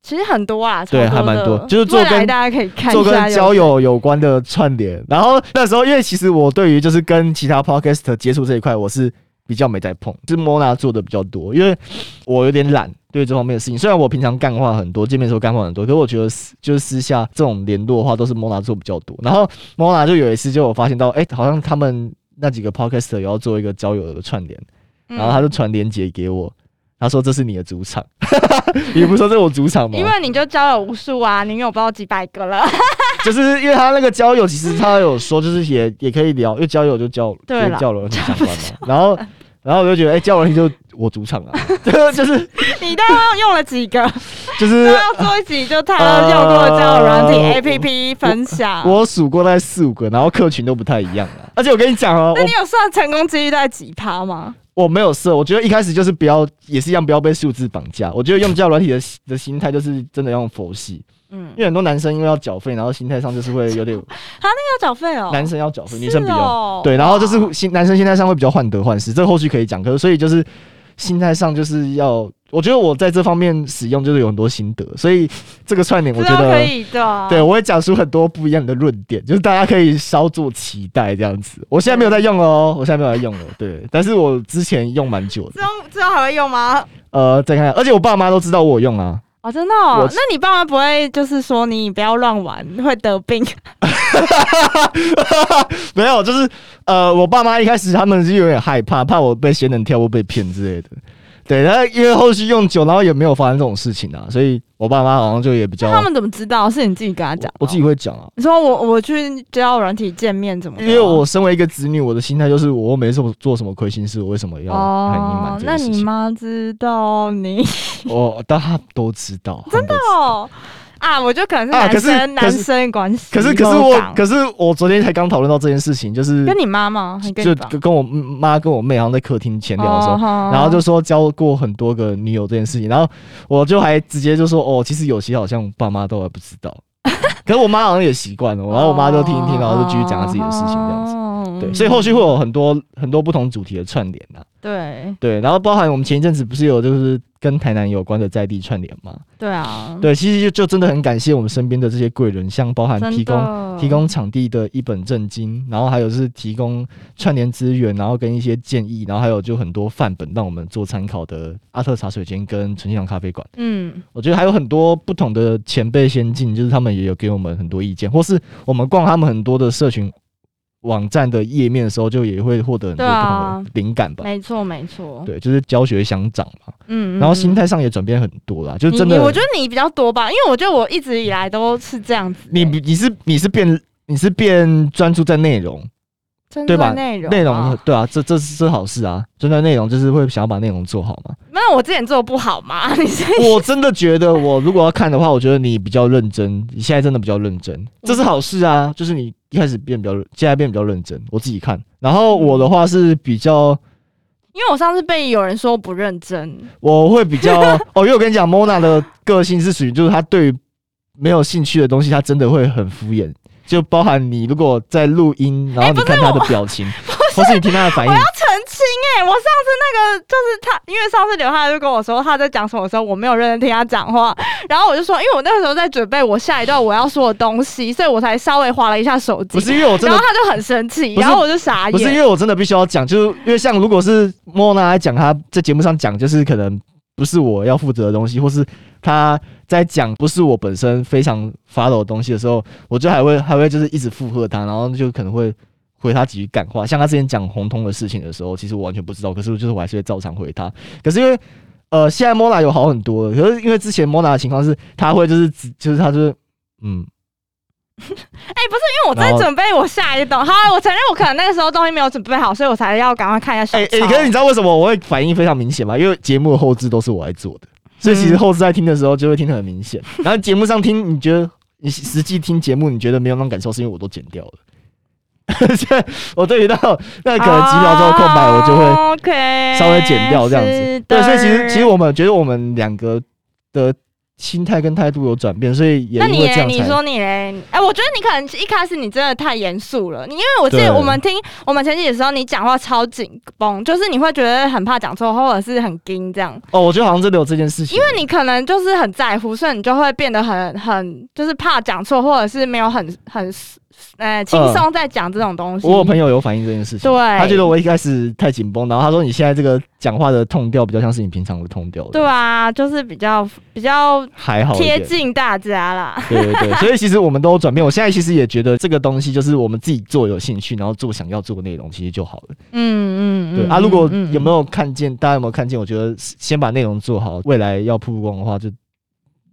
Speaker 1: 其实很多啊，
Speaker 2: 对
Speaker 1: 超
Speaker 2: 还蛮
Speaker 1: 的
Speaker 2: 多就是做
Speaker 1: 未来
Speaker 2: 跟
Speaker 1: 大家可以看
Speaker 2: 做
Speaker 1: 一
Speaker 2: 跟
Speaker 1: 下
Speaker 2: 交友有关的串联。然后那时候，因为其实我对于就是跟其他 podcast 接触这一块，我是比较没在碰，是 Mona 做的比较多，因为我有点懒对这方面的事情。虽然我平常干话很多，见面的时候干话很多，可是我觉得私就是私下这种联络的话，都是 Mona 做比较多。然后 Mona 就有一次就有发现到，哎、好像他们那几个 podcast 有要做一个交友的串联，
Speaker 1: 嗯
Speaker 2: 然后他就传链接给我。他说：“这是你的主场， *laughs* 你不是说这是我主场吗？
Speaker 1: 因为你就交友无数啊，你有不知道几百个了。
Speaker 2: *laughs*
Speaker 1: *laughs*
Speaker 2: 就是因为他那个交友，其实他有说，就是也也可以聊，因为交友就交
Speaker 1: 对啦
Speaker 2: 就交友软件相关嘛。然后，然后我就觉得，哎、交友软件就我主场啊， *laughs* 就是
Speaker 1: 你大概用了几
Speaker 2: *laughs*
Speaker 1: 个？
Speaker 2: 就是
Speaker 1: 要做一集就他用过的交友软体 APP 分享。
Speaker 2: 呃我数过大概四五个，然后客群都不太一样啊。而且我跟你讲哦、
Speaker 1: 那你有算成功几率大概几趴吗？
Speaker 2: 我我没有设，我觉得一开始就是不要，也是一样不要被数字绑架。我觉得用交友软体的的心态就是真的要用佛系，
Speaker 1: 嗯
Speaker 2: 因，为很多男生因为要缴费，然后心态上就是会有点
Speaker 1: 要缴费哦。
Speaker 2: 男生要缴费，女
Speaker 1: 是
Speaker 2: 生不用。
Speaker 1: 哦
Speaker 2: 对，然后就是心男生心态上会比较患得患失，这个后续可以讲。可是所以就是心态上就是要，我觉得我在这方面使用就是有很多心得，所以这个串联我
Speaker 1: 之
Speaker 2: 觉
Speaker 1: 后啊可
Speaker 2: 得。
Speaker 1: 以的。
Speaker 2: 对，我会讲出很多不一样的论点，就是大家可以稍作期待这样子。我现在没有在用哦，
Speaker 1: 嗯
Speaker 2: 我现在没有在用了，对，但是我之前用蛮久的
Speaker 1: 之，后之后还会用吗？
Speaker 2: 呃，再看看，而且我爸妈都知道我有用啊，
Speaker 1: 哦，真的哦
Speaker 2: 我。
Speaker 1: 那你爸妈不会就是说你不要乱玩，会得
Speaker 2: *laughs*
Speaker 1: 病？
Speaker 2: 没有，就是呃，我爸妈一开始他们是有点害怕，怕我被仙人跳或被骗之类的。对，然后因为后续用久，然后也没有发生这种事情啊，所以我爸妈好像就也比较，
Speaker 1: 他们怎么知道？是你自己跟他讲的哦？
Speaker 2: 我我自己会讲啊，
Speaker 1: 你说我我去交友软体见面怎么的
Speaker 2: 因
Speaker 1: 啊？
Speaker 2: 为我身为一个子女，我的心态就是我又没什么做什么亏心事，我为什么要很隐
Speaker 1: 哦
Speaker 2: 瞒，这
Speaker 1: 那
Speaker 2: 件事
Speaker 1: 你
Speaker 2: 情？
Speaker 1: 妈知道你？
Speaker 2: 我但他都知道，真的。
Speaker 1: 哦 *laughs* 啊，我就可能是
Speaker 2: 啊
Speaker 1: 男
Speaker 2: 可是
Speaker 1: 生、
Speaker 2: 可
Speaker 1: 男
Speaker 2: 是
Speaker 1: 生关系。
Speaker 2: 可是可是
Speaker 1: 某
Speaker 2: 我
Speaker 1: 港
Speaker 2: 可是我昨天才刚讨论到这件事情，就是
Speaker 1: 跟你妈妈还跟
Speaker 2: 就
Speaker 1: 你爸
Speaker 2: 跟我妈跟我妹好像在客厅闲聊的时候，
Speaker 1: 哦
Speaker 2: 然后就说交过很多个女友这件事情，然后我就还直接就说哦，其实有些好像爸妈都
Speaker 1: *laughs*
Speaker 2: 还不知道，可是我妈好像也习惯了，然后我妈就听一听，然后就继续讲她自己的事情这样子。
Speaker 1: 哦
Speaker 2: 对，所以后续会有很多很多不同主题的串联呐、
Speaker 1: 对
Speaker 2: 对，然后包含我们前一阵子不是有就是跟台南有关的在地串联嘛，
Speaker 1: 对啊，
Speaker 2: 对，其实就就真的很感谢我们身边的这些贵人，像包含
Speaker 1: 真
Speaker 2: 提供
Speaker 1: 的
Speaker 2: 提供场地的一本正经，然后还有是提供串联资源，然后跟一些建议，然后还有就很多范本让我们做参考的阿特茶水间跟纯信堂咖啡馆，
Speaker 1: 嗯
Speaker 2: 我觉得还有很多不同的前辈先进，就是他们也有给我们很多意见，或是我们逛他们很多的社群网站的页面的时候，就也会获得很多
Speaker 1: 对
Speaker 2: 不
Speaker 1: 啊
Speaker 2: 同的灵感吧。
Speaker 1: 没错没错，
Speaker 2: 对，就是教学相长嘛，
Speaker 1: 嗯，嗯
Speaker 2: 然后心
Speaker 1: 嗯
Speaker 2: 态上也转变很多啦，就
Speaker 1: 你
Speaker 2: 真
Speaker 1: 你
Speaker 2: 的，
Speaker 1: 我觉得你比较多吧，因为我觉得我一直以来都是这样子欸、
Speaker 2: 你你是你是变你是变专注在内容，
Speaker 1: 针
Speaker 2: 对吧
Speaker 1: 内容
Speaker 2: 内容
Speaker 1: 啊
Speaker 2: 对啊，这这是这是好事啊，真的内容就是会想要把内容
Speaker 1: *laughs*
Speaker 2: 做好嘛。
Speaker 1: 那我之前做不好嘛？ *laughs* 你是
Speaker 2: 我真的觉得，我如果要看的话，我觉得你比较认真，你现在真的比较认真，
Speaker 1: 嗯
Speaker 2: 这是好事啊。就是你一开始变比较，现在变比较认真，我自己看。然后我的话是比较，
Speaker 1: 因为我上次被有人说不认真，
Speaker 2: 我会比
Speaker 1: *laughs*
Speaker 2: 较哦，因为我跟你讲，Mona 的个性是属于，就是她对于没有兴趣的东西，她真的会很敷衍。就包含你如果在录音，
Speaker 1: 哎
Speaker 2: 然后你看她的表情，或是你听她的反应
Speaker 1: 我，要澄清哎、我上次那个就是他，因为上次刘汉就跟我说他在讲什么的时候，我没有认真听他讲话，然后我就说，因为我那个时候在准备我下一段我要说的东西，所以我才稍微划了一下手
Speaker 2: 不
Speaker 1: 机，
Speaker 2: 是因为我真
Speaker 1: 然
Speaker 2: 的
Speaker 1: 后他就很生气，
Speaker 2: 不是
Speaker 1: 然后我就傻
Speaker 2: 不是因
Speaker 1: 眼。
Speaker 2: 为我真的必须要讲，就是因为像如果是莫娜来讲，她在节目上讲，就是可能不是我要负责的东西，或是她在讲不是我本身非常 follow 的东西的时候，我就还会还会就是一直附和她，然后就可能会回她几句感话。像她之前讲红通的事情的时候，其实我完全不知道，可是就是我还是会照常回她。可是因为呃，现在莫娜有好很多了，可是因为之前莫娜的情况是，她会就是只就是她就是嗯，
Speaker 1: 哎、不是因为我在准备我下一段，好啊，我承认我可能那个时候东西没有准备好，所以我才要赶快看一下
Speaker 2: 哎、
Speaker 1: 小
Speaker 2: 哎、
Speaker 1: 抄
Speaker 2: 可是你知道为什么我会反应非常明显吗？因为节目的后置都是我来做的，所以其实后置在听的时候就会听得很明 *laughs* 显。然后节目上听，你觉得你实际听节目，你觉得没有那种感受，是因为我都剪掉了。 *laughs* 所以我对于到那可能几秒钟的空白，我就会
Speaker 1: 哦，OK，
Speaker 2: *laughs* 稍微剪掉这样
Speaker 1: 是的
Speaker 2: 子。对，所以其实其实我们觉得我们两个的心态跟态度有转变，所以也
Speaker 1: 那
Speaker 2: 因
Speaker 1: 你
Speaker 2: 为这
Speaker 1: 嘞？
Speaker 2: 样
Speaker 1: 你
Speaker 2: 才
Speaker 1: 说你嘞？哎、我觉得你可能一开始你真的太严肃了，你因为我记得
Speaker 2: 对
Speaker 1: 我们听我们前几集的时候，你讲话超紧绷，就是你会觉得很怕讲错，或者是很惊这样，
Speaker 2: 哦，我觉得好像真的有这件事情，因为
Speaker 1: 那你可能就是很在乎，所以你就会变得很很就是怕讲错，或者是没有很很呃轻松在讲这种东西。
Speaker 2: 嗯我有朋友有反映这件事情，
Speaker 1: 对
Speaker 2: 他觉得我一开始太紧绷，然后他说你现在这个讲话的痛调比较像是你平常的痛调，
Speaker 1: 对，啊，就是比较比较
Speaker 2: 还好一
Speaker 1: 贴
Speaker 2: 点。
Speaker 1: 近大家啦。 *laughs*
Speaker 2: 对对对， *laughs* 所以其实我们都有转变。我现在其实也觉得这个东西就是我们自己做有兴趣，然后做想要做的内容，其实就好了。
Speaker 1: 嗯嗯，
Speaker 2: 对
Speaker 1: 嗯
Speaker 2: 啊，如果
Speaker 1: 嗯嗯
Speaker 2: 有没有看见，大家有没有看见？我觉得先把内容做好，未来要曝光的话就，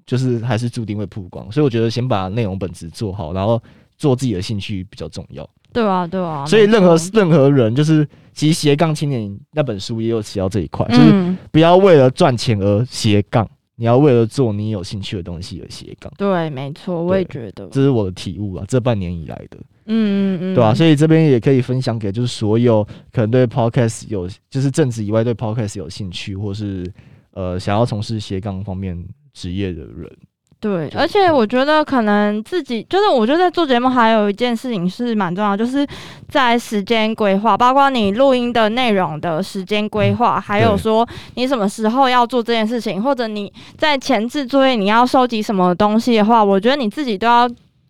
Speaker 2: 就是还是注定会曝光。所以我觉得先把内容本质做好，然后做自己的兴趣比较重要。
Speaker 1: 对啊对啊，
Speaker 2: 所以任何
Speaker 1: 没错
Speaker 2: 任何人，就是其实斜杠青年那本书也有写到这一块，就是
Speaker 1: 嗯
Speaker 2: 不要为了赚钱而斜杠，你要为了做你有兴趣的东西而斜杠。
Speaker 1: 对，没错，我也
Speaker 2: 对
Speaker 1: 觉得，
Speaker 2: 这是我的体悟啊，这半年以来的，
Speaker 1: 嗯嗯嗯，
Speaker 2: 对吧、所以这边也可以分享给就是所有可能对 podcast 有就是正职以外对 podcast 有兴趣，或是呃想要从事斜杠方面职业的人。
Speaker 1: 对，
Speaker 2: 就嗯
Speaker 1: 而且
Speaker 2: 对
Speaker 1: 我觉得可能自己就是，我觉得在做节目还有一件事情是蛮重要的，就是在时间规划，包括你录音的内容的时间规划，还有
Speaker 2: 嗯对
Speaker 1: 说你什么时候要做这件事情，或者你在前置作业你要收集什么东西的话，我觉得你自己都要。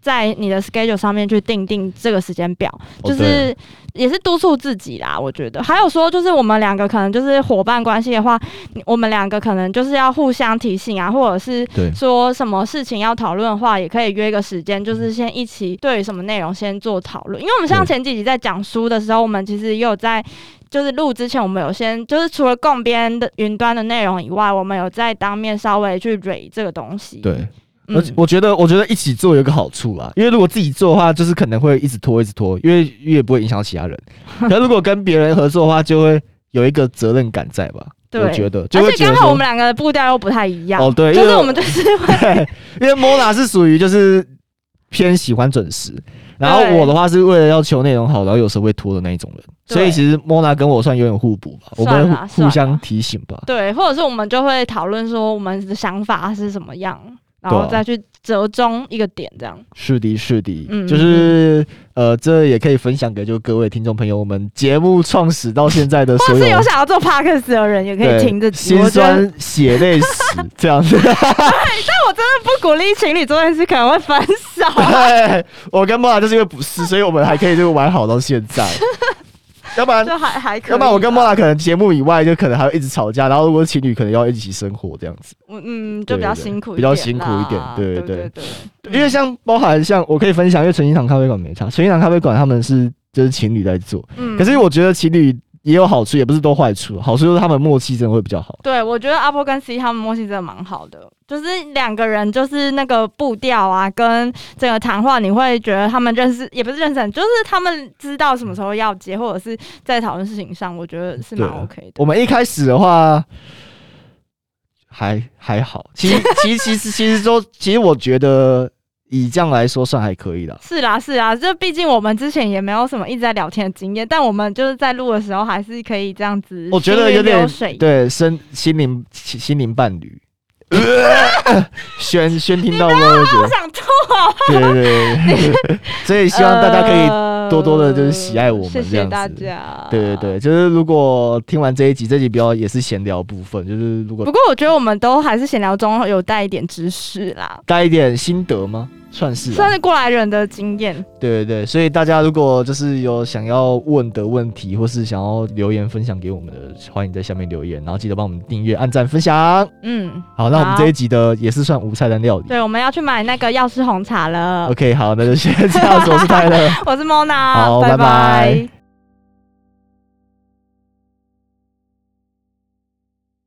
Speaker 1: 在你的 schedule 上面去定定这个时间表，
Speaker 2: 哦
Speaker 1: 就是也是督促自己啦。我觉得还有说，就是我们两个可能就是伙伴关系的话，你我们两个可能就是要互相提醒啊，或者是
Speaker 2: 对
Speaker 1: 说什么事情要讨论的话，也可以约个时间，就是先一起对于什么内容先做讨论。因为我们像
Speaker 2: 嗯对
Speaker 1: 前几集在讲书的时候，我们其实也有在。就是录之前，我们有先就是除了共编的云端的内容以外，我们有在当面稍微去蕊这个东西。，
Speaker 2: 对，
Speaker 1: 嗯
Speaker 2: 而且我觉得，我觉得一起做有一个好处啦，因为如果自己做的话，就是可能会一直拖，一直拖，因为因为也不会影响到
Speaker 1: *laughs*
Speaker 2: 其他人。可如果跟别人合作的话，就会有一个责任感在吧？
Speaker 1: 对
Speaker 2: 我觉得就
Speaker 1: 而
Speaker 2: 会
Speaker 1: 且
Speaker 2: 觉得
Speaker 1: 刚好
Speaker 2: 说
Speaker 1: 我们两个的步调又不太一样。
Speaker 2: 哦，对，因
Speaker 1: 就
Speaker 2: 为
Speaker 1: 是我们就是会
Speaker 2: *laughs* 对，因为 Mona 是属于就是偏喜欢准时，然后
Speaker 1: 对
Speaker 2: 我的话是为了要求内容好，然后有时候会拖的那一种人，所以
Speaker 1: 对
Speaker 2: 其实 Mona 跟我算有点互补吧，我
Speaker 1: 算
Speaker 2: 们
Speaker 1: 啦
Speaker 2: 互
Speaker 1: 算
Speaker 2: 互相
Speaker 1: 啦
Speaker 2: 提醒吧。
Speaker 1: 对，或者是我们就会讨论说我们的想法是什么样，然后
Speaker 2: 对啊
Speaker 1: 再去折中一个点，这样。
Speaker 2: 是的，是的，
Speaker 1: 嗯
Speaker 2: 就是呃，这也可以分享给就各位听众朋友，我们节目创始到现在的
Speaker 1: 或
Speaker 2: 所
Speaker 1: 是有想要做 podcast 的人，也可以
Speaker 2: 对
Speaker 1: 听这集。
Speaker 2: 心
Speaker 1: 我觉得
Speaker 2: 酸血泪史这
Speaker 1: *laughs*
Speaker 2: 样子。
Speaker 1: 不 *laughs* 鼓励情侣做这件事，可能会分手。
Speaker 2: 对，我跟莫娜就是因为不是，所以我们还可以就玩好到现
Speaker 1: *laughs*
Speaker 2: 在。要不然，
Speaker 1: 就还还可以吧。
Speaker 2: 要不然我跟莫娜可能节目以外就可能还会一直吵架，然后如果是情侣可能要一起生活这样子。
Speaker 1: 我嗯，就比较辛苦一点啦，
Speaker 2: 比较辛苦一点对
Speaker 1: 对
Speaker 2: 对
Speaker 1: 对。
Speaker 2: 因为像包含像我可以分享，因为纯情堂咖啡馆没差，纯情堂咖啡馆他们是就是情侣在做，
Speaker 1: 嗯
Speaker 2: 可是我觉得情侣也有好处，也不是都坏处，好处就是他们默契真的会比较好。
Speaker 1: 对，我觉得阿波跟 C 他们默契真的蛮好的，就是两个人就是那个步调啊，跟整个谈话，你会觉得他们认识也不是认识很，就是他们知道什么时候要接，或者是在讨论事情上，我觉得是蛮
Speaker 2: 对啊
Speaker 1: OK 的。
Speaker 2: 我们一开始的话。还还好，
Speaker 1: *laughs*
Speaker 2: 其实其实其实其实说，其实我觉得以这样来说算还可以啦。
Speaker 1: 是啦，是啦，就毕竟我们之前也没有什么一直在聊天的经验，但我们就是在录的时候还是可以这样子，
Speaker 2: 我觉得有点
Speaker 1: 水。
Speaker 2: 对身心灵心心灵伴侣，轩轩听到没有？会觉
Speaker 1: 我
Speaker 2: 得
Speaker 1: 想吐啊！
Speaker 2: 对对对对，对所以希望大家
Speaker 1: *laughs*
Speaker 2: 可以
Speaker 1: 以
Speaker 2: 多多地就是喜爱我们
Speaker 1: 呃谢
Speaker 2: 这
Speaker 1: 谢
Speaker 2: 样
Speaker 1: 大
Speaker 2: 子
Speaker 1: 家。
Speaker 2: 对对对，就是如果听完这一集，这集比较也是闲聊部分，就是
Speaker 1: 不
Speaker 2: 如果
Speaker 1: 过我觉得我们都还是闲聊中有带一点知识啦，
Speaker 2: 带一点心得吗？算是啊吧
Speaker 1: 算。是过来人的经验。
Speaker 2: 对对对，所以大家如果就是有想要问的问题，或是想要留言分享给我们的，欢迎在下面留言，然后记得帮我们订阅、按赞、分享。
Speaker 1: 嗯，
Speaker 2: 好，那我们
Speaker 1: 好
Speaker 2: 这一集的也是算无菜单料理。
Speaker 1: 对，我们要去买那个药师红茶了。
Speaker 2: OK，好，那就先这样子，我是泰勒。
Speaker 1: 我是 Mona，
Speaker 2: 好拜拜
Speaker 1: 拜